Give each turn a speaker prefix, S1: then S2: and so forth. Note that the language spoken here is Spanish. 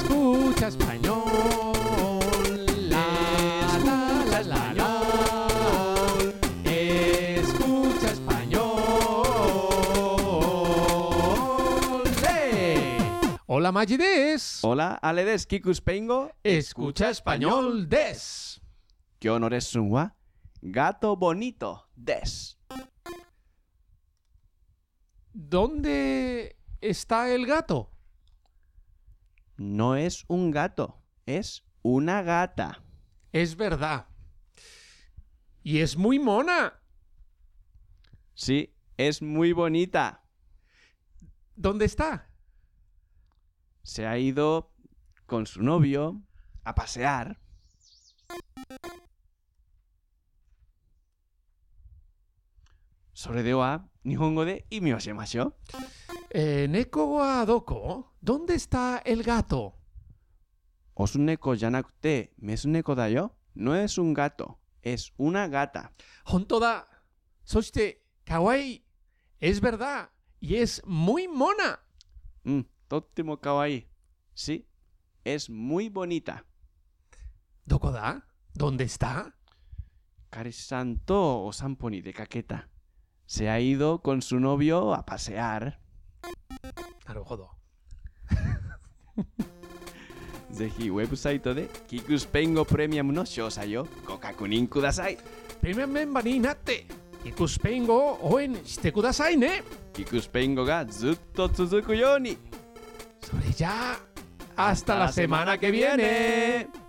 S1: Tacha Español. La Tacha Español. Escucha Español. ¡Eh! Hola Magides.
S2: Hola, Aledes, Kikus Pengo.
S1: Escucha Español Des.
S2: ¿Qué honor es un wa? Gato bonito, des.
S1: ¿Dónde está el gato?
S2: No es un gato, es una gata.
S1: Es verdad. Y es muy mona.
S2: Sí, es muy bonita.
S1: ¿Dónde está?
S2: Se ha ido con su novio a pasear. Sobre de wa, Nihongo de Imioshimasho.
S1: Eh, Neko wa doko? ¿Dónde está el gato?
S2: Os un neko yanakute, me es un neko da yo. No es un gato, es una gata.
S1: 本当だ。そして、可愛い。Es verdad. Y es muy mona.
S2: Mm, tottemo kawaii. Sí, es muy bonita.
S1: どこだ ¿Dónde está?
S2: Kare-san to osanpo ni dekaketa. Se ha ido con su novio a pasear.
S1: なるほど。
S2: ぜひウェブサイトでキクスペイン語プレミアムの詳細をご確認ください。
S1: プレミアムメンバーになって、キクスペイン語を応援してくださいね。
S2: キクスペイン語がずっと続くように。
S1: それじゃあ、hasta la semana que viene.